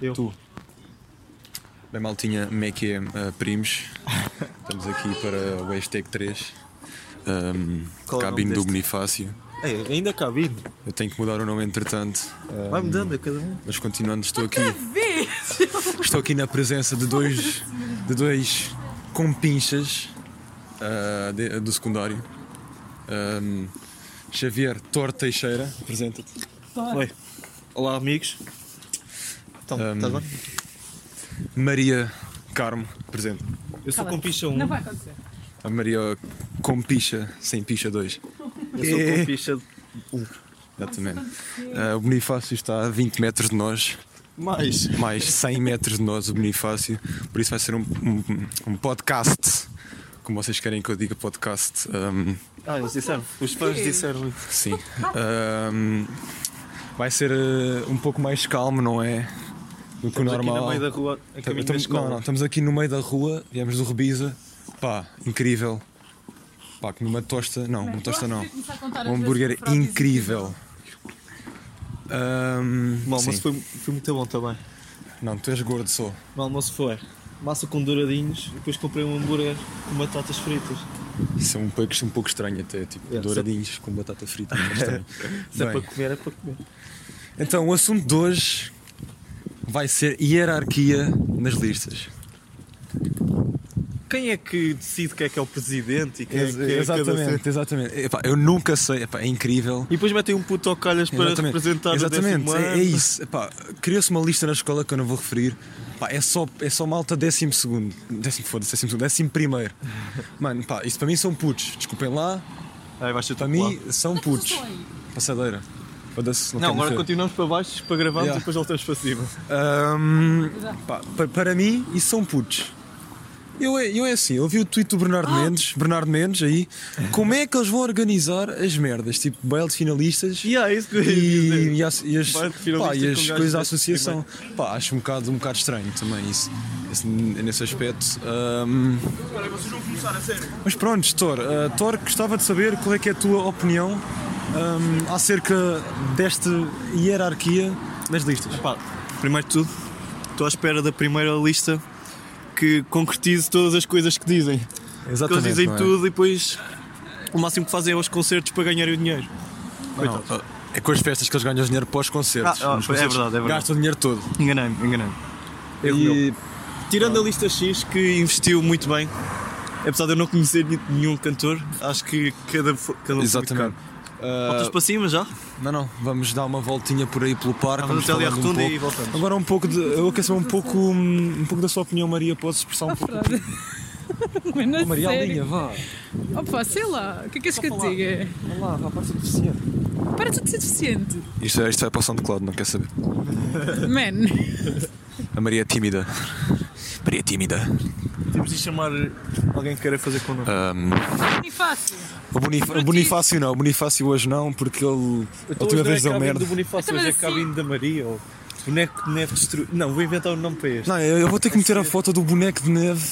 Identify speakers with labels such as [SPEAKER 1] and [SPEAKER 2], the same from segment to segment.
[SPEAKER 1] Eu.
[SPEAKER 2] Tu. Bem, maltinha, como é que é? Ah, primos, estamos aqui para o hashtag 3, ahm,
[SPEAKER 1] Qual é o nome
[SPEAKER 2] cabine do
[SPEAKER 1] deste?
[SPEAKER 2] Bonifácio.
[SPEAKER 1] É, ainda cá vindo.
[SPEAKER 2] Eu tenho que mudar o nome entretanto, ah,
[SPEAKER 1] Vai mudando a cada um.
[SPEAKER 2] mas continuando, estou aqui,
[SPEAKER 3] Vê!
[SPEAKER 2] estou aqui na presença de dois, de dois compinchas ah, de- do secundário. Ahm, Xavier Tor Teixeira, apresenta-te.
[SPEAKER 1] Oi. Olá, amigos. Então,
[SPEAKER 2] Hum.
[SPEAKER 1] estás bem?
[SPEAKER 2] Maria Carmo, presente.
[SPEAKER 1] Eu sou um.
[SPEAKER 3] Tá bem.
[SPEAKER 1] compicha 1.
[SPEAKER 3] Não vai acontecer.
[SPEAKER 2] A Maria com picha, sem picha 2.
[SPEAKER 1] Eu sou
[SPEAKER 2] É.
[SPEAKER 1] compicha 1.
[SPEAKER 2] Exatamente. Ah, o Bonifácio está a 20 metros de nós,
[SPEAKER 1] Mais.
[SPEAKER 2] mais 100 metros de nós, o Bonifácio. Por isso vai ser um, um, um podcast. Como vocês querem que eu diga podcast? ahm,
[SPEAKER 1] Ah, eles disseram. Os fãs disseram isso.
[SPEAKER 2] sim. Ahm, vai ser ah, um pouco mais calmo, não é? Do que o
[SPEAKER 1] Estamos aqui
[SPEAKER 2] normal.
[SPEAKER 1] na meio da rua, a caminho
[SPEAKER 2] Então,
[SPEAKER 1] da
[SPEAKER 2] estamos, não,
[SPEAKER 1] escola.
[SPEAKER 2] não, estamos aqui no meio da rua, viemos do Rebisa, pá, incrível. Pá, comi uma tosta, não, uma tosta não. Um hambúrguer incrível.
[SPEAKER 1] O
[SPEAKER 2] Ahm, sim.
[SPEAKER 1] almoço foi, foi muito bom também.
[SPEAKER 2] Não, tu és gordo só.
[SPEAKER 1] O almoço foi massa com douradinhos e depois comprei um hambúrguer com batatas fritas.
[SPEAKER 2] Isso é um pouco, um pouco estranho até, tipo,
[SPEAKER 1] É,
[SPEAKER 2] douradinhos com batata frita. é estranho.
[SPEAKER 1] Se é
[SPEAKER 2] Bem,
[SPEAKER 1] para comer, é para comer.
[SPEAKER 2] então o assunto de hoje vai ser hierarquia nas listas.
[SPEAKER 1] Quem é que decide quem é que é o presidente e quem é que é cada...
[SPEAKER 2] exatamente, exatamente. Epá, eu nunca sei, epá, é incrível.
[SPEAKER 1] E depois metem um puto ao calhas para representar o
[SPEAKER 2] Exatamente,
[SPEAKER 1] décimo
[SPEAKER 2] é, é
[SPEAKER 1] ano.
[SPEAKER 2] isso. Epá, Criou-se uma lista na escola que eu não vou referir. Pá, é, só, é só malta décimo segundo. Décimo, foda-se, décimo segundo, décimo primeiro. Mano, pá, isso para mim são putos. Desculpem lá,
[SPEAKER 1] Aí vais chutar
[SPEAKER 2] para mim são putos. Passadeira. Foda-se,
[SPEAKER 1] Não,
[SPEAKER 2] não, quero
[SPEAKER 1] agora
[SPEAKER 2] mexer.
[SPEAKER 1] continuamos para baixo para gravarmos
[SPEAKER 2] Yeah.
[SPEAKER 1] e depois voltamos para cima.
[SPEAKER 2] Ahm, pá, pa- para mim, isso são putos. Eu é, eu é assim, eu vi o tweet do Bernardo
[SPEAKER 1] Ah.
[SPEAKER 2] Mendes, Bernardo Mendes aí, como é que eles vão organizar as merdas, tipo baile de finalistas
[SPEAKER 1] E é isso que eu ia dizer.
[SPEAKER 2] e, e as, e as,
[SPEAKER 1] Vai de
[SPEAKER 2] pá,
[SPEAKER 1] finalista
[SPEAKER 2] e
[SPEAKER 1] com
[SPEAKER 2] as
[SPEAKER 1] gajos
[SPEAKER 2] coisas da
[SPEAKER 1] desse tipo,
[SPEAKER 2] associação. Pá, acho um bocado, um bocado estranho também isso, esse- nesse aspecto. Ahm, mas pronto, Thor, ah, Thor, gostava de saber qual é que é a tua opinião ahm, acerca desta hierarquia nas listas.
[SPEAKER 1] Pá, primeiro de tudo, estou à espera da primeira lista que concretize todas as coisas que dizem. Porque eles
[SPEAKER 2] Exatamente.
[SPEAKER 1] dizem
[SPEAKER 2] não é?
[SPEAKER 1] tudo e depois o máximo que fazem é os concertos para ganharem o dinheiro.
[SPEAKER 2] Não, ah, é com as festas que eles ganham dinheiro para os concertos.
[SPEAKER 1] Ah, ah,
[SPEAKER 2] Os
[SPEAKER 1] pois, é
[SPEAKER 2] concertos
[SPEAKER 1] verdade, é verdade. um
[SPEAKER 2] Gastam o dinheiro todo.
[SPEAKER 1] Enganei-me, enganei-me.
[SPEAKER 2] E-
[SPEAKER 1] Tirando a lista X, que investiu muito bem, apesar de eu não conhecer ni- nenhum cantor, acho que cada, fo- cada um foi
[SPEAKER 2] Exatamente.
[SPEAKER 1] muito
[SPEAKER 2] Ah,
[SPEAKER 1] caro. Voltas para cima já?
[SPEAKER 2] Não, não, vamos dar uma voltinha por aí pelo parque.
[SPEAKER 1] Vamos
[SPEAKER 2] Vamos
[SPEAKER 1] até ali à
[SPEAKER 2] falando
[SPEAKER 1] rotunda
[SPEAKER 2] um
[SPEAKER 1] e
[SPEAKER 2] pouco.
[SPEAKER 1] voltamos.
[SPEAKER 2] Agora um pouco de. Eu quero saber um pouco, hum, um pouco da sua opinião, Maria. Posso expressar um pouco?
[SPEAKER 3] Mas
[SPEAKER 2] Maria, a linha,
[SPEAKER 3] sério.
[SPEAKER 2] vá.
[SPEAKER 3] Opa, sei lá, o que é que és que eu te diga?
[SPEAKER 2] Vá lá, vá, parece deficiente.
[SPEAKER 3] Para tudo ser deficiente.
[SPEAKER 2] Isto, é, isto vai para o SoundCloud, não quer saber.
[SPEAKER 3] Man,
[SPEAKER 2] A Maria é tímida. Maria é tímida.
[SPEAKER 1] Temos de chamar alguém que queira fazer connosco.
[SPEAKER 2] Ahm,
[SPEAKER 3] e fácil.
[SPEAKER 2] o, Bonif- o Bonifácio não, o Bonifácio hoje não, porque ele. A última vez deu merda.
[SPEAKER 1] do Bonifácio,
[SPEAKER 3] Então,
[SPEAKER 1] hoje
[SPEAKER 3] mas
[SPEAKER 1] é
[SPEAKER 3] assim-
[SPEAKER 1] cabine da Maria ou boneco de neve destruído. Não, vou inventar um nome para este.
[SPEAKER 2] Não, eu eu vou ter que meter a foto do boneco de neve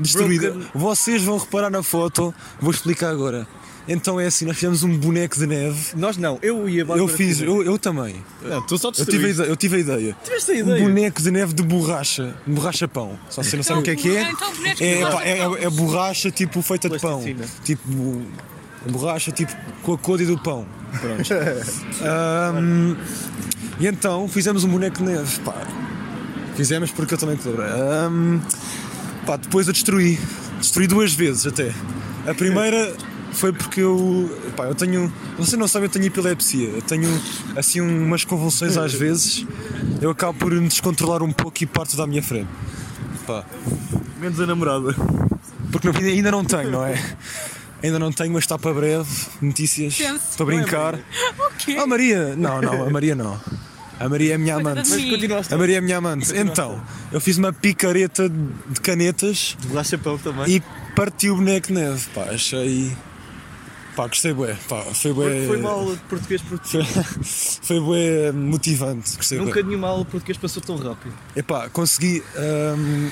[SPEAKER 2] destruída.
[SPEAKER 1] Broken.
[SPEAKER 2] Vocês vão reparar na foto, vou explicar agora. Então é assim, nós fizemos um boneco de neve.
[SPEAKER 1] Nós não, eu ia
[SPEAKER 2] Eu fiz, eu, eu também.
[SPEAKER 1] Não, tu só
[SPEAKER 2] Eu tive, a
[SPEAKER 1] destruíste.
[SPEAKER 2] ideia, eu tive a ideia.
[SPEAKER 1] Tiveste a
[SPEAKER 2] Um
[SPEAKER 1] ideia.
[SPEAKER 2] boneco de neve de borracha, de borracha pão. Só vocês não sabem o que é que é.
[SPEAKER 3] Então, bonecos de
[SPEAKER 2] É,
[SPEAKER 3] borracha
[SPEAKER 2] pá, é,
[SPEAKER 3] de
[SPEAKER 2] é borracha tipo feita de pão.
[SPEAKER 1] Plasticina.
[SPEAKER 2] Tipo. Borracha tipo com a cor do pão. Pronto. Ahm, e então fizemos um boneco de neve. Pá. Fizemos porque eu também colaborei. Ahm, pá, depois eu destruí. Destruí duas vezes até. A primeira foi porque eu. Pá, eu tenho. Vocês não sabem, eu tenho epilepsia. Eu tenho assim umas convulsões às vezes. Eu acabo por me descontrolar um pouco e parto da minha frente. Pá.
[SPEAKER 1] Menos a namorada.
[SPEAKER 2] Porque não- ainda não tenho, não é? Ainda não tenho, mas está para breve. Notícias
[SPEAKER 3] Tenso.
[SPEAKER 2] para brincar.
[SPEAKER 3] quê?
[SPEAKER 2] Ah, Maria! Não, não, a Maria não. A Maria é a minha
[SPEAKER 3] Coitada
[SPEAKER 2] amante.
[SPEAKER 3] de mim. Mas
[SPEAKER 1] continuaste.
[SPEAKER 2] A Maria é a minha amante. Então, eu fiz uma picareta de canetas
[SPEAKER 1] Relaxa pão também.
[SPEAKER 2] e parti o boneco de neve. Pá, achei. Pá, gostei bué. Pá, foi bué.
[SPEAKER 1] Foi, foi uma aula de português porque
[SPEAKER 2] Foi, foi bué motivante. Gostei bué.
[SPEAKER 1] nunca nenhuma aula de português passou tão rápido.
[SPEAKER 2] Epá, consegui hum,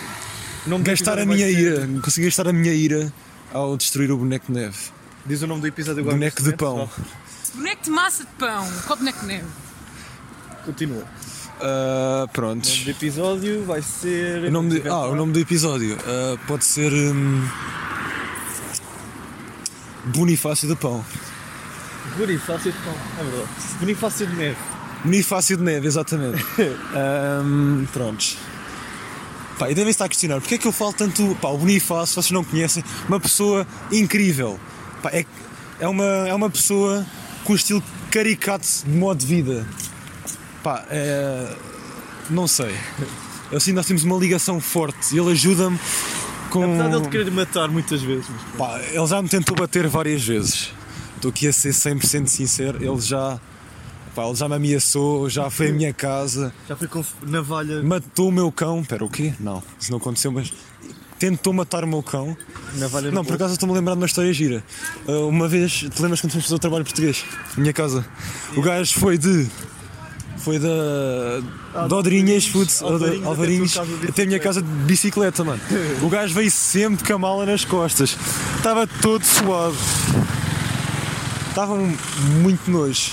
[SPEAKER 1] Não
[SPEAKER 2] gastar a minha ira.
[SPEAKER 1] assim.
[SPEAKER 2] Consegui gastar a minha ira ao destruir o boneco de neve.
[SPEAKER 1] Diz o nome do episódio agora.
[SPEAKER 2] Boneco de pão.
[SPEAKER 3] Boneco de massa de pão, com boneco de neve.
[SPEAKER 1] Continua.
[SPEAKER 2] Ah,
[SPEAKER 1] O nome
[SPEAKER 2] pronto.
[SPEAKER 1] do episódio vai ser.
[SPEAKER 2] O nome de- ah, o nome do episódio ah, pode ser. hum, Bonifácio de Pão.
[SPEAKER 1] Bonifácio de Pão. É verdade. Bonifácio de Neve.
[SPEAKER 2] Bonifácio de Neve, exatamente. Ahm, prontos. Pá, e devem estar a questionar porque é que eu falo tanto. Pá, o Bonifácio, vocês não conhecem, uma pessoa incrível. Pá, é, é, uma, é uma pessoa com um estilo caricato de modo de vida. Pá, é, não sei. Eu sinto que nós temos uma ligação forte e ele ajuda-me com.
[SPEAKER 1] Apesar dele te querer matar muitas vezes. Mas...
[SPEAKER 2] Pá, ele já me tentou bater várias vezes. Estou aqui a ser 100% sincero. Ele já, pá, ele já me ameaçou, já foi à minha casa,
[SPEAKER 1] Já foi com f- navalha.
[SPEAKER 2] matou o meu cão. Pera, o quê? Não, isso não aconteceu, mas tentou matar o meu cão.
[SPEAKER 1] Navalha no
[SPEAKER 2] Não, por
[SPEAKER 1] bolso.
[SPEAKER 2] acaso estou-me a lembrar de uma história gira. Ah, uma vez, te lembras quando fomos fazer o trabalho português? Na minha casa. O gajo foi de. Foi da. de Ah, Odrinhas, putz,
[SPEAKER 1] Alvarinhos,
[SPEAKER 2] Alvarinhos, Alvarinhos,
[SPEAKER 1] até a tua casa de
[SPEAKER 2] até a minha casa de bicicleta, mano. O gajo veio sempre com a mala nas costas. Estava todo suado. Estava um- muito nojo.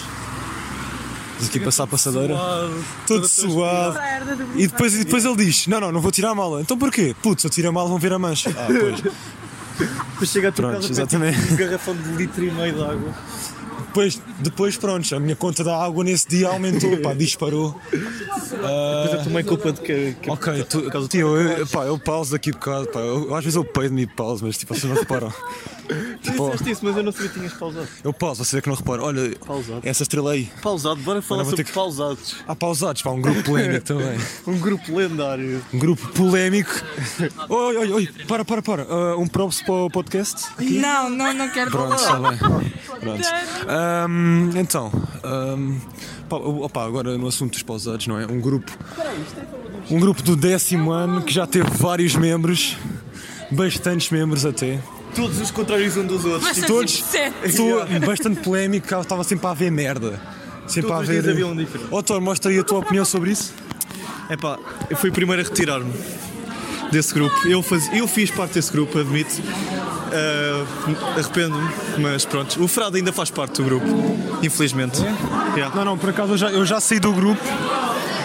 [SPEAKER 2] Vamos aqui passar a passadeira.
[SPEAKER 1] Suado,
[SPEAKER 2] Todo
[SPEAKER 1] toda
[SPEAKER 2] suado.
[SPEAKER 3] Merda do
[SPEAKER 2] E depois, e depois ele diz: Não, não, não vou tirar a mala. Então porquê? Putz, se eu tiro a mala vão ver a mancha. Ah, pois.
[SPEAKER 1] Depois chega a tua
[SPEAKER 2] Pronto,
[SPEAKER 1] casa tem
[SPEAKER 2] exatamente.
[SPEAKER 1] tipo um garrafão de litro e meio de água.
[SPEAKER 2] Depois, depois pronto, a minha conta da água nesse dia aumentou, pá, disparou.
[SPEAKER 1] Depois eu tomei culpa de que. que
[SPEAKER 2] Ok, tu,
[SPEAKER 1] causa do
[SPEAKER 2] tio, eu, pá, eu pauso daqui por causa, pá, eu- às vezes eu peido-me e pauso, mas tipo, vocês não reparam.
[SPEAKER 1] Tu
[SPEAKER 2] Tipo,
[SPEAKER 1] disseste isso, mas eu não sabia que tinhas pausado.
[SPEAKER 2] eu pauso, vocês é que não reparam. Olha,
[SPEAKER 1] Pausado.
[SPEAKER 2] essa estrela aí.
[SPEAKER 1] Pausado, bora falar
[SPEAKER 2] Agora vou
[SPEAKER 1] sobre
[SPEAKER 2] ter que-
[SPEAKER 1] pausados.
[SPEAKER 2] Há pausados, pá, um grupo polémico também.
[SPEAKER 1] Um grupo lendário.
[SPEAKER 2] Um grupo polémico. Oi, oi, oi, para, para, para. Ah, um props para o podcast?
[SPEAKER 3] Não, não, não quero
[SPEAKER 2] Pronto,
[SPEAKER 3] falar.
[SPEAKER 2] está bem. Pronto. Ahm, então, ahm, pá, opa, agora no assunto dos pausados, não é? Um grupo. Um grupo do décimo ano que já teve vários membros, bastantes membros até.
[SPEAKER 1] Todos os contrários um dos outros.
[SPEAKER 3] Mas
[SPEAKER 1] Tipo,
[SPEAKER 3] são
[SPEAKER 2] todos-
[SPEAKER 3] tipo sete.
[SPEAKER 2] Estou bastante polémico, cá estava sempre a haver merda. Sempre
[SPEAKER 1] Todos os
[SPEAKER 2] a haver.
[SPEAKER 1] dias havia um diferente.
[SPEAKER 2] Oh, Thor, mostra aí a tua opinião sobre isso.
[SPEAKER 1] Epá, eu fui o primeiro a retirar-me desse grupo. Eu, faz- eu fiz parte desse grupo, admito. Ah, Arrependo-me, mas pronto. O Frado ainda faz parte do grupo, infelizmente. Yeah.
[SPEAKER 2] Não, não, por acaso eu já, eu já saí do grupo.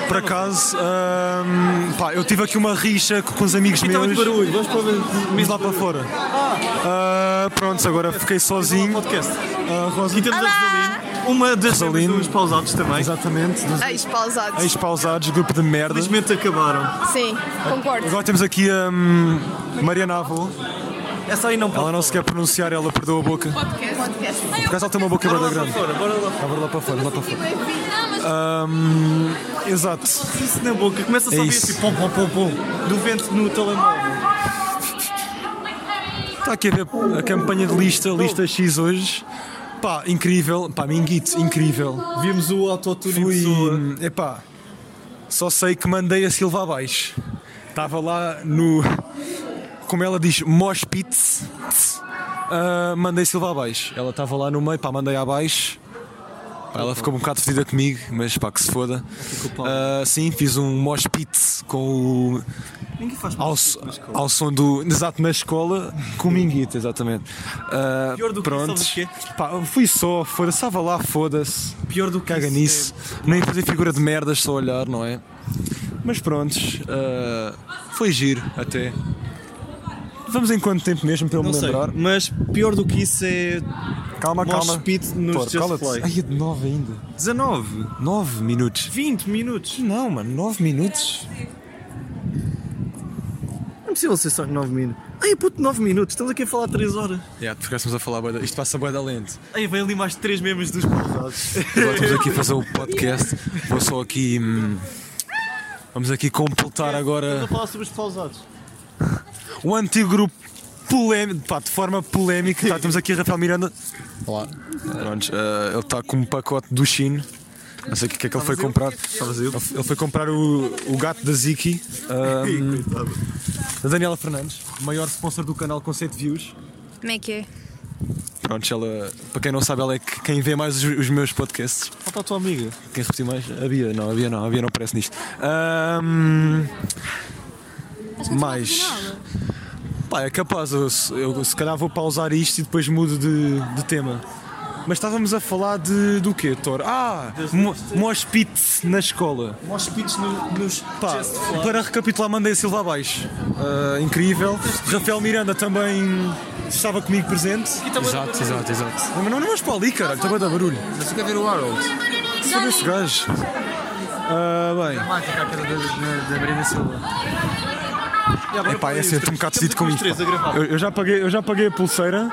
[SPEAKER 2] Por acaso, ahm, pá, eu tive aqui uma rixa com, com os amigos
[SPEAKER 1] Aqui está
[SPEAKER 2] meus.
[SPEAKER 1] muito Então, barulho, vamos para
[SPEAKER 2] Vamos lá para fora. Ah, pronto, agora fiquei
[SPEAKER 1] o
[SPEAKER 2] sozinho.
[SPEAKER 1] podcast.
[SPEAKER 2] Ah, Rosa,
[SPEAKER 1] E temos a Rosaline, uma das membros
[SPEAKER 2] Rosaline.
[SPEAKER 1] dos pausados também.
[SPEAKER 2] exatamente, dos
[SPEAKER 4] Eis pausados.
[SPEAKER 2] ex-pausados, grupo de merda.
[SPEAKER 1] Felizmente acabaram.
[SPEAKER 4] Sim, concordo.
[SPEAKER 2] Agora temos aqui a Mariana Avô.
[SPEAKER 1] Essa aí não pode.
[SPEAKER 2] Ela não se quer pronunciar, ela perdeu a boca. Por
[SPEAKER 3] Podcast.
[SPEAKER 4] Podcast.
[SPEAKER 2] acaso ela tem uma boca
[SPEAKER 1] Bora
[SPEAKER 2] bem
[SPEAKER 1] lá para
[SPEAKER 2] grande.
[SPEAKER 1] fora, bora lá.
[SPEAKER 2] Estava lá para fora, lá para fora. Ahm, exato.
[SPEAKER 1] Isso na boca, começa só
[SPEAKER 2] É
[SPEAKER 1] a ouvir
[SPEAKER 2] isso.
[SPEAKER 1] assim, pom, pom, pom, pom, do vento no telemóvel.
[SPEAKER 2] Está Tá aqui a ver a campanha de lista, lista X hoje. Pá, incrível. Pá, minguito, incrível.
[SPEAKER 1] Vimos o autotune em
[SPEAKER 2] Fui.
[SPEAKER 1] pessoa.
[SPEAKER 2] Epá, só sei que mandei a Silva abaixo. Estava lá no. Como ela diz, Mospitz. mandei a Silva abaixo. Ela estava lá no meio, pá, mandei abaixo. Pá, ela ficou um bocado fedida comigo, mas pá, que se foda. Ah, sim, fiz um Mospitz com o
[SPEAKER 1] Ninguém faz
[SPEAKER 2] ao,
[SPEAKER 1] mais isso na escola.
[SPEAKER 2] ao som do. Exato, na escola, com o Minguito, exatamente. Ah,
[SPEAKER 1] Pior do que isso,
[SPEAKER 2] pronto.
[SPEAKER 1] sabes o quê?
[SPEAKER 2] Pá, fui só, foda-se, estava lá, foda-se.
[SPEAKER 1] Pior do que
[SPEAKER 2] Caga
[SPEAKER 1] isso é
[SPEAKER 2] nisso. Nem fazer figura de merdas, só olhar, não é? Mas prontos, ah, foi giro até. Vamos em quanto tempo mesmo para eu
[SPEAKER 1] Não
[SPEAKER 2] me
[SPEAKER 1] sei,
[SPEAKER 2] lembrar?
[SPEAKER 1] mas pior do que isso é
[SPEAKER 2] Calma,
[SPEAKER 1] Mosh
[SPEAKER 2] calma.
[SPEAKER 1] pit nos
[SPEAKER 2] Tor,
[SPEAKER 1] Just Play.
[SPEAKER 2] Ai, é de 9 ainda.
[SPEAKER 1] 19,
[SPEAKER 2] 9 minutos.
[SPEAKER 1] 20 minutos.
[SPEAKER 2] Não, mano, 9 minutos.
[SPEAKER 1] Não é possível ser só 9 minutos. Ai, puto, 9 minutos, estamos aqui a falar 3 horas.
[SPEAKER 2] Yeah, porque estamos a falar, bué da- isto passa boa da lente.
[SPEAKER 1] Ai, vem ali mais 3 membros dos pausados.
[SPEAKER 2] Agora estamos aqui a fazer o podcast. Vou só aqui. hum, vamos aqui completar
[SPEAKER 1] Estamos
[SPEAKER 2] agora
[SPEAKER 1] a falar sobre os pausados.
[SPEAKER 2] o antigo grupo polémico. Pá, de forma polémica. Tá, temos aqui a Rafael Miranda. Olá. Prontos, eh, ele está com um pacote do Chino. Não sei o que é que ele foi comprar. Ele ele foi comprar o, o gato da Ziki. hum, da Daniela Fernandes, maior sponsor do canal com 7 views.
[SPEAKER 4] Como é que é?
[SPEAKER 2] Pronto, ela, para quem não sabe, ela é que- quem vê mais os- os meus podcasts.
[SPEAKER 1] Falta a tua amiga.
[SPEAKER 2] Quem repetiu mais? A Bia, não, a Bia não, a Bia não aparece nisto. Ahm, mais. Pá, é capaz, eu, se- eu se calhar vou pausar isto e depois mudo de, de tema. Mas estávamos a falar de, do quê, Thor? Ah, mo- Moshpit na escola.
[SPEAKER 1] Mostra pits nos
[SPEAKER 2] Pá, para recapitular, mandei a Silva abaixo. Ah, incrível. Rafael Miranda também estava comigo presente.
[SPEAKER 4] Exato, exato, exato.
[SPEAKER 2] Mas não, não vais para ali, caralho, está a dar barulho.
[SPEAKER 4] Mas tu quer ver o Harold?
[SPEAKER 2] Sobre esse gajo. Ah, bem.
[SPEAKER 4] Mágica, aquela da, da, da Marina Silva.
[SPEAKER 2] É pá, é sempre um bocado decidido com
[SPEAKER 1] Estamos
[SPEAKER 2] isto.
[SPEAKER 1] os três a
[SPEAKER 2] pá.
[SPEAKER 1] gravar.
[SPEAKER 2] Eu, eu já paguei, eu já paguei a pulseira.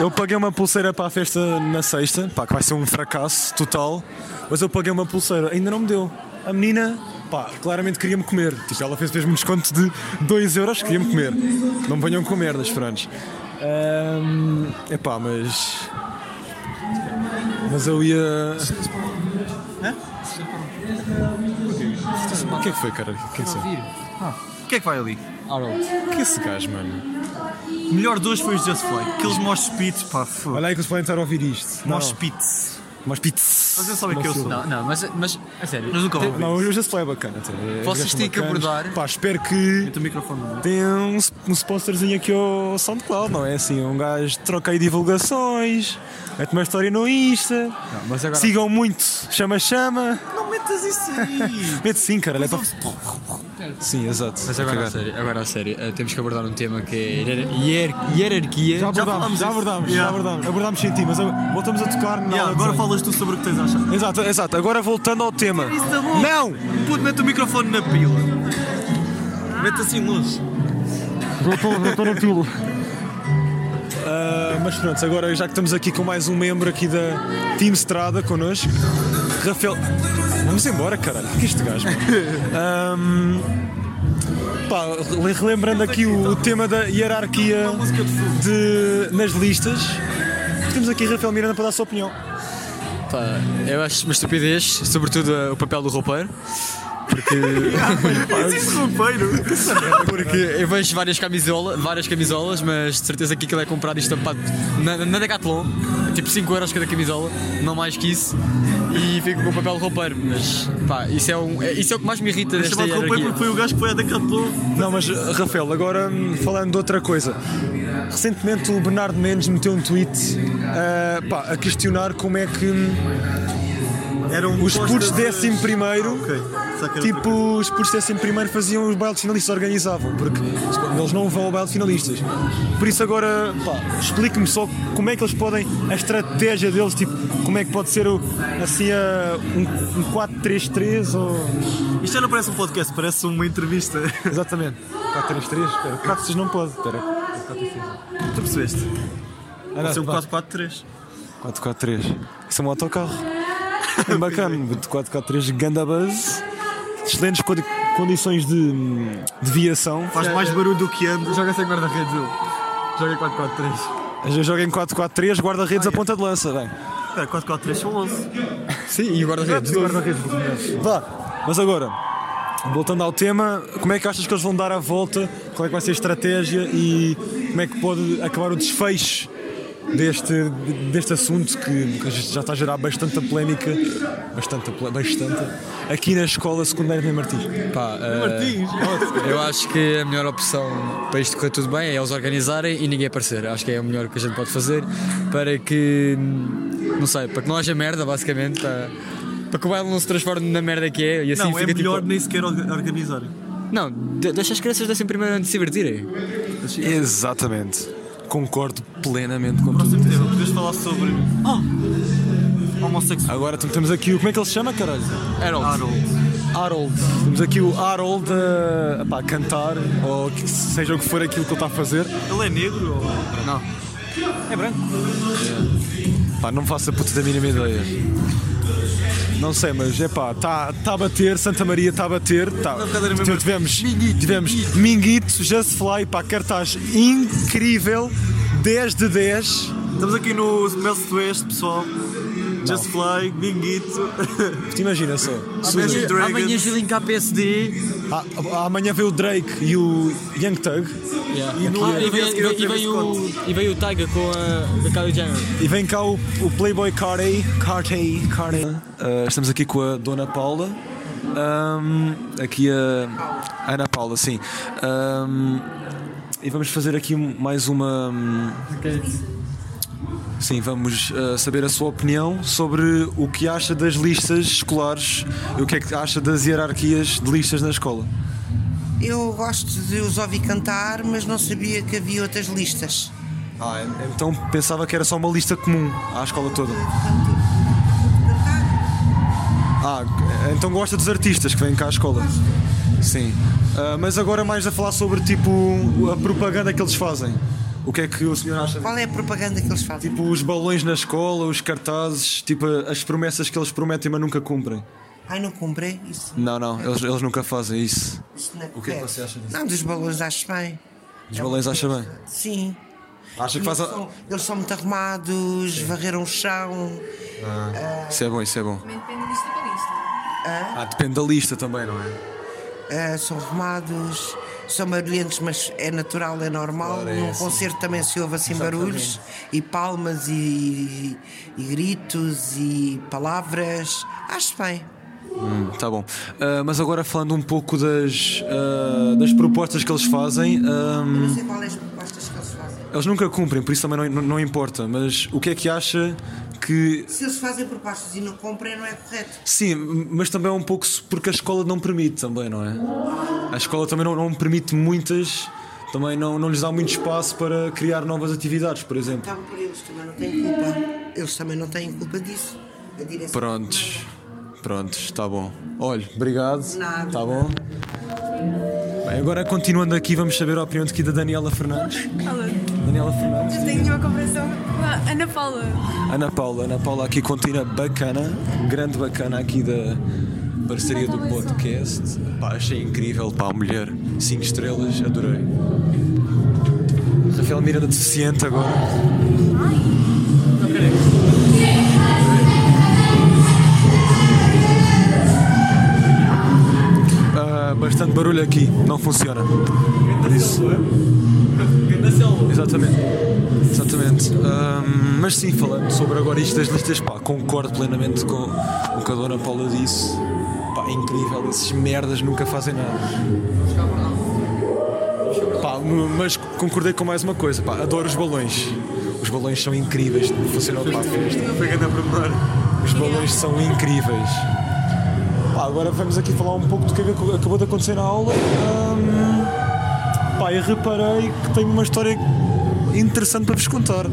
[SPEAKER 2] Eu paguei uma pulseira para a festa na sexta, pá, que vai ser um fracasso total. Mas eu paguei uma pulseira, ainda não me deu. A menina, pá, claramente queria-me comer. Tipo, ela fez mesmo um desconto de 2 euros, queria-me comer. Não me venham com merdas, Franos. É pá, mas. Mas eu ia. O que é que foi, cara? O que é que foi?
[SPEAKER 4] O que é que vai ali? Harold.
[SPEAKER 2] O que é esse gajo, mano?
[SPEAKER 4] Melhor dois foi os Just Fly. Aqueles Mosh Pits, pá, foda.
[SPEAKER 2] Olha aí que eles podem estar a ouvir isto.
[SPEAKER 4] Mosh Pits.
[SPEAKER 2] Mas pits.
[SPEAKER 4] Vocês sabem que eu sou.
[SPEAKER 5] Não, não, mas, mas a sério.
[SPEAKER 4] Mas nunca vão ouvir.
[SPEAKER 2] Não, hoje já se foi bacana. até. Eles
[SPEAKER 5] Vocês
[SPEAKER 2] gastam
[SPEAKER 5] têm que
[SPEAKER 2] bacanas.
[SPEAKER 5] abordar-
[SPEAKER 2] Pá, espero que
[SPEAKER 4] Mete o microfone no
[SPEAKER 2] tenha um, um sponsorzinho aqui ao SoundCloud, não é assim? Um gajo troca aí divulgações, mete uma história no Insta.
[SPEAKER 4] Mas agora.
[SPEAKER 2] Sigam muito, chama-chama.
[SPEAKER 4] Não metas isso aí!
[SPEAKER 2] Mete sim, caralho. É para... Sim, exato.
[SPEAKER 5] Mas agora a
[SPEAKER 2] Cagar.
[SPEAKER 5] sério, agora a sério, eh, temos que abordar um tema que é hierar- hier- hierarquia.
[SPEAKER 2] já abordámos, já abordámos, já
[SPEAKER 4] Yeah.
[SPEAKER 2] abordámos. Abordámos sem ti, mas agora- voltamos a tocar na.
[SPEAKER 4] Yeah,
[SPEAKER 2] aula de
[SPEAKER 4] agora
[SPEAKER 2] desenho.
[SPEAKER 4] falas tu sobre o que tens a achar.
[SPEAKER 2] Exato, exato. Agora voltando ao tema.
[SPEAKER 4] é
[SPEAKER 2] Não!
[SPEAKER 4] Puto, mete o microfone na pila. Mete assim longe.
[SPEAKER 2] Voltou, voltou no pilo. Ah, mas pronto, agora já que estamos aqui com mais um membro aqui da Team Estrada connosco, Rafael. Vamos embora, caralho, que é este gajo. mano? Ahm, pá, rele- relembrando aqui o, o tema da hierarquia de, nas listas, temos aqui Rafael Miranda para dar a sua opinião.
[SPEAKER 5] Pá, eu acho uma estupidez, sobretudo eh, o papel do roupeiro.
[SPEAKER 4] Existe roupeiro?
[SPEAKER 5] Porque eu vejo várias, camisola, várias camisolas, mas de certeza que aquilo é comprado e estampado na, na Decathlon, tipo 5 euros cada camisola, não mais que isso, e fico com o papel de roupeiro. Mas pá, isso é, um, é- isso é o que mais me irrita nesta
[SPEAKER 4] Chamado roupeiro
[SPEAKER 5] hierarquia.
[SPEAKER 4] porque foi o gajo que foi a Decathlon.
[SPEAKER 2] Não, mas Rafael, agora hum, falando de outra coisa. Recentemente o Bernardo Mendes meteu um tweet ah, pá, a questionar como é que. hum,
[SPEAKER 4] Era um
[SPEAKER 2] Os
[SPEAKER 4] posta
[SPEAKER 2] putos
[SPEAKER 4] de-
[SPEAKER 2] décimo primeiro,
[SPEAKER 4] Ah, ok. Só que era outra
[SPEAKER 2] Tipo, os putos décimo primeiro faziam os bailes finalistas, organizavam, porque eles não vão ao baile de finalistas. Por isso agora, pá, explique-me só como é que eles podem, a estratégia deles, tipo, como é que pode ser o, assim, a, um, um 4-3-3 ou...
[SPEAKER 4] coisa. Isto já não parece um podcast, parece uma entrevista. Tu
[SPEAKER 2] Exatamente, 4-3-3, espera, 4 não pode, espera.
[SPEAKER 4] percebeste?
[SPEAKER 2] Ah,
[SPEAKER 4] Vai ser um
[SPEAKER 2] não,
[SPEAKER 4] 4-4-3.
[SPEAKER 2] 4-4-3, isso é um autocarro. É bacana, 4-4-3, ganda base, excelentes condi- condições de, de viação.
[SPEAKER 4] Faz mais barulho do que ando.
[SPEAKER 5] Joga sem guarda-redes, joga 4-4-3.
[SPEAKER 2] Já joga em 4-4-3, guarda-redes a ponta de lança, bem.
[SPEAKER 4] Espera, 4-4-3 são é 11.
[SPEAKER 5] Sim, e o guarda-redes.
[SPEAKER 2] Vá, mas agora, voltando ao tema, como é que achas que eles vão dar a volta? Qual é que vai ser a estratégia e como é que pode acabar o desfecho deste, deste assunto que que já está a gerar bastante polémica, bastante, pole- bastante, aqui na escola secundária de Martins.
[SPEAKER 5] Pá, eh, eu acho que a melhor opção para isto correr tudo bem é eles organizarem e ninguém aparecer. Acho que é o melhor que a gente pode fazer para que. hum, Não sei, para que não haja merda, basicamente. Para, para que o baile não se transforme na merda que é. E assim
[SPEAKER 4] Não, é
[SPEAKER 5] fica tipo-
[SPEAKER 4] melhor nem sequer orga- organizarem.
[SPEAKER 5] Não, de- deixa as crianças dessem primeiro de se divertirem.
[SPEAKER 2] Exatamente. Concordo plenamente com tudo.
[SPEAKER 4] Próximo tema, podemos falar sobre. Oh! Homossexual.
[SPEAKER 2] Agora t- temos aqui o. Como é que ele se chama, caralho?
[SPEAKER 5] Harold.
[SPEAKER 4] Harold.
[SPEAKER 2] Harold. Temos aqui o Harold a, epá, a cantar, ou que seja o que for aquilo que ele está a fazer.
[SPEAKER 4] Ele é negro ou.
[SPEAKER 5] Não.
[SPEAKER 2] Pá, não faço a puta da mínima ideia. Não sei, mas é pá, está tá a bater, Santa Maria está a bater. Tá.
[SPEAKER 4] brincadeira mesmo.
[SPEAKER 2] Então Tivemos, tivemos Minguito, Just Fly, pá, cartaz incrível, 10 de 10.
[SPEAKER 4] Estamos aqui no Mel West, pessoal. Just Fly, Binguito.
[SPEAKER 2] Te imagina só.
[SPEAKER 4] Imagine Dragons.
[SPEAKER 5] Amanhã Julinho KPSD.
[SPEAKER 2] Ah, ah, amanhã vê o Drake e o Young Thug
[SPEAKER 5] Yeah.
[SPEAKER 4] E no-
[SPEAKER 5] Ah, e
[SPEAKER 4] no dia
[SPEAKER 5] veio-
[SPEAKER 4] seguinte
[SPEAKER 5] e veio-
[SPEAKER 4] ao
[SPEAKER 5] e veio o- E veio o Tiger com a da Kylie Jenner.
[SPEAKER 2] e vem cá o, o Playboy Cardi. Cardi, Cardi. Ah, estamos aqui com a Dona Paula. Ahm, aqui a Ana Paula, sim. Ahm, e vamos fazer aqui mais uma. hum, Sim, vamos eh, saber a sua opinião sobre o que acha das listas escolares e o que é que acha das hierarquias de listas na escola.
[SPEAKER 6] Eu gosto de os ouvir cantar, mas não sabia que havia outras listas.
[SPEAKER 2] Ah, então pensava que era só uma lista comum à escola toda.
[SPEAKER 6] Cantar?
[SPEAKER 2] Ah, então gosta dos artistas que vêm cá à escola? Sim. Ah, mas agora mais a falar sobre tipo a propaganda que eles fazem. O que é que o senhor acha?
[SPEAKER 6] Qual é a propaganda que eles fazem?
[SPEAKER 2] Tipo os balões na escola, os cartazes, tipo as promessas que eles prometem mas nunca cumprem.
[SPEAKER 6] Ai, não comprei isso.
[SPEAKER 2] Não, não, eles, eles nunca fazem isso.
[SPEAKER 6] isso não é
[SPEAKER 2] O que é que
[SPEAKER 6] correto.
[SPEAKER 2] você acha disso?
[SPEAKER 6] Não, dos balões acho bem.
[SPEAKER 2] Os balões acha bem?
[SPEAKER 6] Sim.
[SPEAKER 2] Acha que
[SPEAKER 6] Eles,
[SPEAKER 2] faz. a-
[SPEAKER 6] são, eles são muito arrumados, varreram o chão.
[SPEAKER 2] Isso é bom, isso é bom. Ah, depende da lista também, não é?
[SPEAKER 6] Ah, são arrumados, são barulhentos, mas é natural, é normal.
[SPEAKER 2] Claro, é
[SPEAKER 6] Num
[SPEAKER 2] assim.
[SPEAKER 6] concerto também se ouve assim
[SPEAKER 2] Exatamente.
[SPEAKER 6] barulhos e palmas e, e gritos e palavras. Acho bem.
[SPEAKER 2] Hum, tá bom. Ah, mas agora falando um pouco das, ah, das propostas que eles fazem. ah,
[SPEAKER 6] Não sei qual é as propostas que eles fazem.
[SPEAKER 2] Eles nunca cumprem, por isso também não, não importa. Mas o que é que acha que.
[SPEAKER 6] Se eles fazem propostas e não comprem, não é correto.
[SPEAKER 2] Sim, mas também é um pouco se- porque a escola não permite também, não é? A escola também não, não permite muitas, também não, não lhes dá muito espaço para criar novas atividades, por exemplo.
[SPEAKER 6] Então, por eles também não têm culpa. Eles também não têm culpa disso. A direção.
[SPEAKER 2] Prontos, prontos, está bom. Olha, obrigado.
[SPEAKER 6] Nada.
[SPEAKER 2] Está bom. Bem, agora continuando aqui, vamos saber a opinião de aqui da Daniela Fernandes. Daniela Fernandes.
[SPEAKER 7] Eu tenho uma comparação com a Ana Paula.
[SPEAKER 2] Ana Paula, Ana Paula aqui continua bacana, grande bacana aqui da parceria do podcast. Pá, achei incrível, pá, mulher, 5 estrelas, adorei. Rafael Miranda deficiente agora. Ah, bastante barulho aqui, não funciona. Por isso. Exatamente. Exatamente. Ahm, mas sim, falando sobre agora isto das listas, pá, concordo plenamente com o que a Dona Paula disse. Pá, é incrível, esses merdas nunca fazem nada. Pá, m- mas concordei com mais uma coisa, pá, adoro os balões. Os balões são incríveis, funcionam para a festa. Os balões são incríveis. Pá, agora vamos aqui falar um pouco do que é que ac- acabou de acontecer na aula. Ahm, Pá, eu reparei que tenho uma história interessante para vos contar.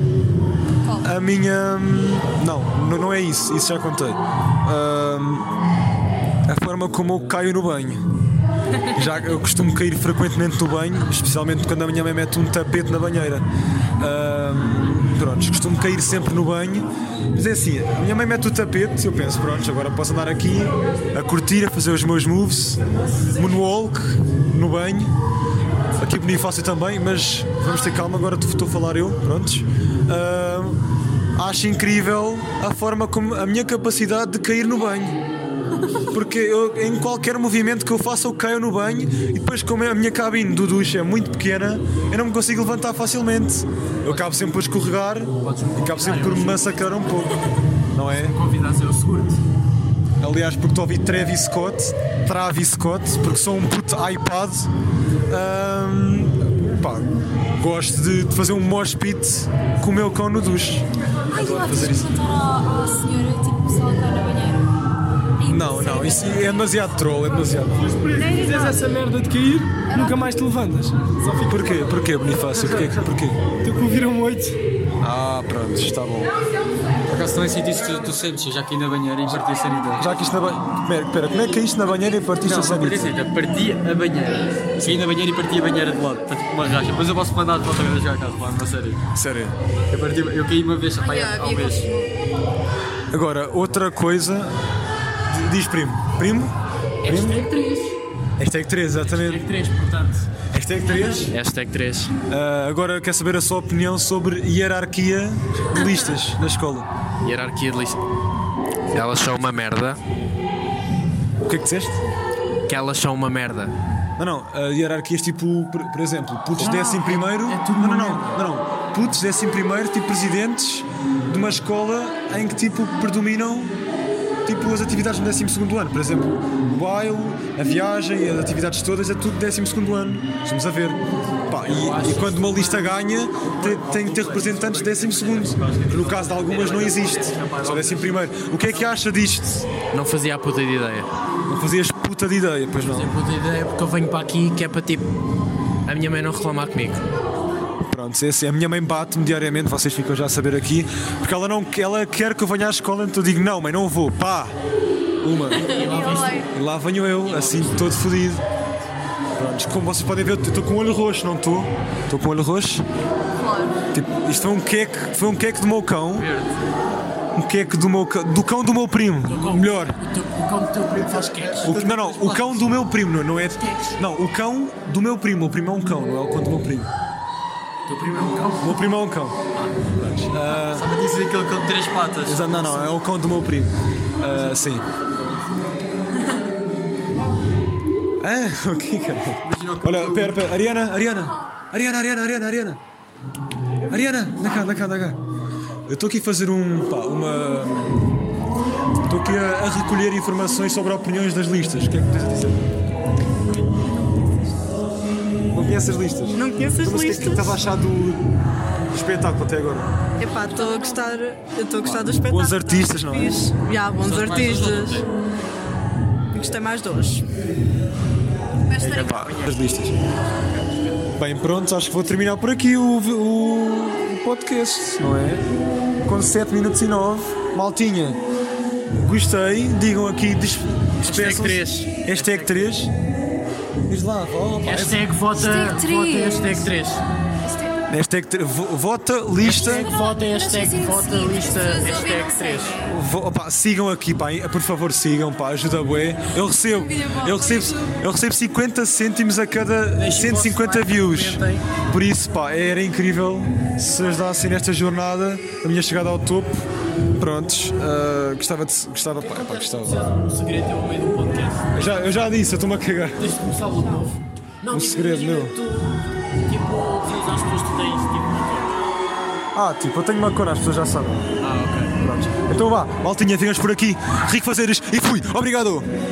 [SPEAKER 2] A minha. hum, Não, n- não é isso, isso já contei. Ahm, a forma como eu caio no banho. Já eu costumo cair frequentemente no banho, especialmente quando a minha mãe mete um tapete na banheira. Ahm, pronto, costumo cair sempre no banho. Mas é assim, a minha mãe mete o tapete, eu penso, pronto, agora posso andar aqui a curtir, a fazer os meus moves, moonwalk no banho aqui Bonifácio também, mas vamos ter calma, agora estou a falar eu, prontos. Ahm, acho incrível a forma como a minha capacidade de cair no banho. Porque eu, em qualquer movimento que eu faça, eu caio no banho e depois, como a minha cabine do duche é muito pequena, eu não me consigo levantar facilmente. Eu acabo sempre a escorregar e acabo sempre por me massacrar um pouco, não é?
[SPEAKER 4] Convidasse eu seguro-te.
[SPEAKER 2] Aliás, porque estou a ouvir Travis Scott, Travis Scott, porque sou um puto iPad. Ahm, pá, gosto de, de fazer um mosh pit com o meu cão no duche.
[SPEAKER 7] Ai, eu acho que contar à, à senhora, tipo, se ela está na banheira.
[SPEAKER 2] Não, não, isso é demasiado troll, é demasiado.
[SPEAKER 8] Fizes essa merda de cair, nunca mais te levantas. Só fica
[SPEAKER 2] Porquê? Porquê, Bonifácio? Porquê? Porquê?
[SPEAKER 8] tu que ouviram oito.
[SPEAKER 2] Ah, pronto, está bom.
[SPEAKER 5] Por acaso também senti isso, tu, tu sentes, já aqui na banheira e parti a sanidade.
[SPEAKER 2] Já que isto na banheira. Espera, como é que é isto na banheira e partiste a sanita?
[SPEAKER 5] parti a banheira. Saí na banheira e parti a banheira de lado. é Parti com uma racha. Depois eu posso mandar de volta a jogar a casa, mano, na sério.
[SPEAKER 2] Sério.
[SPEAKER 5] Eu, parti, eu caí uma vez, rapaz, ao mês.
[SPEAKER 2] Agora, outra coisa. D- Diz primo. Primo? Primo? Hashtag 3. Hashtag 3, exatamente.
[SPEAKER 8] 3, portanto.
[SPEAKER 2] Hashtag 3.
[SPEAKER 9] Hashtag 3.
[SPEAKER 2] Ah, agora quero saber a sua opinião sobre hierarquia de listas na escola.
[SPEAKER 9] Hierarquia de lista. Elas são uma merda.
[SPEAKER 2] O que é que disseste?
[SPEAKER 9] Que elas são uma merda.
[SPEAKER 2] Não, não, ah, hierarquias tipo, por, por exemplo, putos décimo primeiro. não, não, não, não, não. é assim Putos décimo primeiro, tipo presidentes de uma escola em que tipo predominam tipo as atividades do 12 ano. Por exemplo, o baile, a viagem, as atividades todas, é tudo 12 ano. Estamos a ver. Pá, e, e quando uma lista ganha, te- tem que ter representantes de 12. No caso de algumas, não existe. Só 11. O que é que acha disto?
[SPEAKER 10] Não fazia a puta de ideia.
[SPEAKER 2] Não fazias puta de ideia, pois não.
[SPEAKER 10] Não fazia puta de ideia porque eu venho para aqui que é para tipo. A minha mãe não reclamar comigo.
[SPEAKER 2] Pronto, é assim. A minha mãe bate-me diariamente, vocês ficam já a saber aqui, porque ela, não, ela quer que eu venha à escola, então eu digo: não, mãe, não vou. Pá! Uma. E lá venho eu, assim, todo fodido. Pronto, como vocês podem ver, eu estou com o olho roxo, não estou? Estou com o olho roxo. Tipo, isto foi um queque, foi um queque do meu cão. Um queque do meu cão, do cão do meu primo. Melhor.
[SPEAKER 10] Como teu primo faz queques.
[SPEAKER 2] O- não, não, o cão do meu primo, não, não é. Não, o cão do meu primo. O primo é um cão, não é o cão do meu primo.
[SPEAKER 10] Teu primo é um cão.
[SPEAKER 2] O meu primo é um cão. Ah,
[SPEAKER 5] Estava a dizer aquele com três patas.
[SPEAKER 2] Exato, não, não, é o cão do meu primo. Ah, sim. Ah, o que cara? Olha, pera, pera, Ariana, Ariana. Ariana, Ariana, Ariana, Ariana. Ariana, dá cá, dá cá, dá cá. Eu estou aqui a fazer um. pá, uma. Estou aqui a, a recolher informações sobre opiniões das listas. O que é que tens a dizer? Não conheces as listas?
[SPEAKER 11] Não conheço
[SPEAKER 2] Mas
[SPEAKER 11] as
[SPEAKER 2] o que é que
[SPEAKER 11] listas.
[SPEAKER 2] Estava a achar do, do espetáculo até agora.
[SPEAKER 11] Epá, estou a gostar, eu estou a gostar do espetáculo.
[SPEAKER 2] Bons artistas, não é?
[SPEAKER 11] Fiz. Já, bons
[SPEAKER 2] Gostaste mais dos
[SPEAKER 11] artistas. Gostei mais de hoje.
[SPEAKER 2] Epá, as listas. Bem, pronto, acho que vou terminar por aqui o, o, o podcast, não é? Com 7 minutos e 9. Maltinha, gostei. Digam aqui, des- despeçam. Hashtag 3.
[SPEAKER 4] é
[SPEAKER 2] Hashtag 3. Diz lá, fala, pá.
[SPEAKER 10] Hashtag vota.
[SPEAKER 7] Hashtag três.
[SPEAKER 10] vota hashtag 3.
[SPEAKER 2] Hashtag 3. Vota, lista.
[SPEAKER 10] Vota hashtag vota lista hashtag 3.
[SPEAKER 2] Vou- opá, sigam aqui, pá, hein? por favor, sigam, pá, ajuda bué. Eu recebo, eu recebo, eu recebo 50 cêntimos a cada 150 views. Por isso, pá, era incrível se ajudassem nesta jornada, a minha chegada ao topo. Prontos, ah, gostava de. Gostava, pá, pá, gostava.
[SPEAKER 10] O segredo é o meio do podcast.
[SPEAKER 2] Eu já, eu já disse, eu estou-me a cagar.
[SPEAKER 10] Tens de começar logo de novo.
[SPEAKER 2] Um segredo
[SPEAKER 10] imagina
[SPEAKER 2] meu.
[SPEAKER 10] Tu, tipo, dizes às pessoas que tu tens, tipo, uma cor.
[SPEAKER 2] Ah, tipo, eu tenho uma cor, as pessoas já sabem.
[SPEAKER 10] Ah, ok.
[SPEAKER 2] Pronto. Então vá, maltinha, ficamos por aqui. Rico Fazeres e fui, obrigado!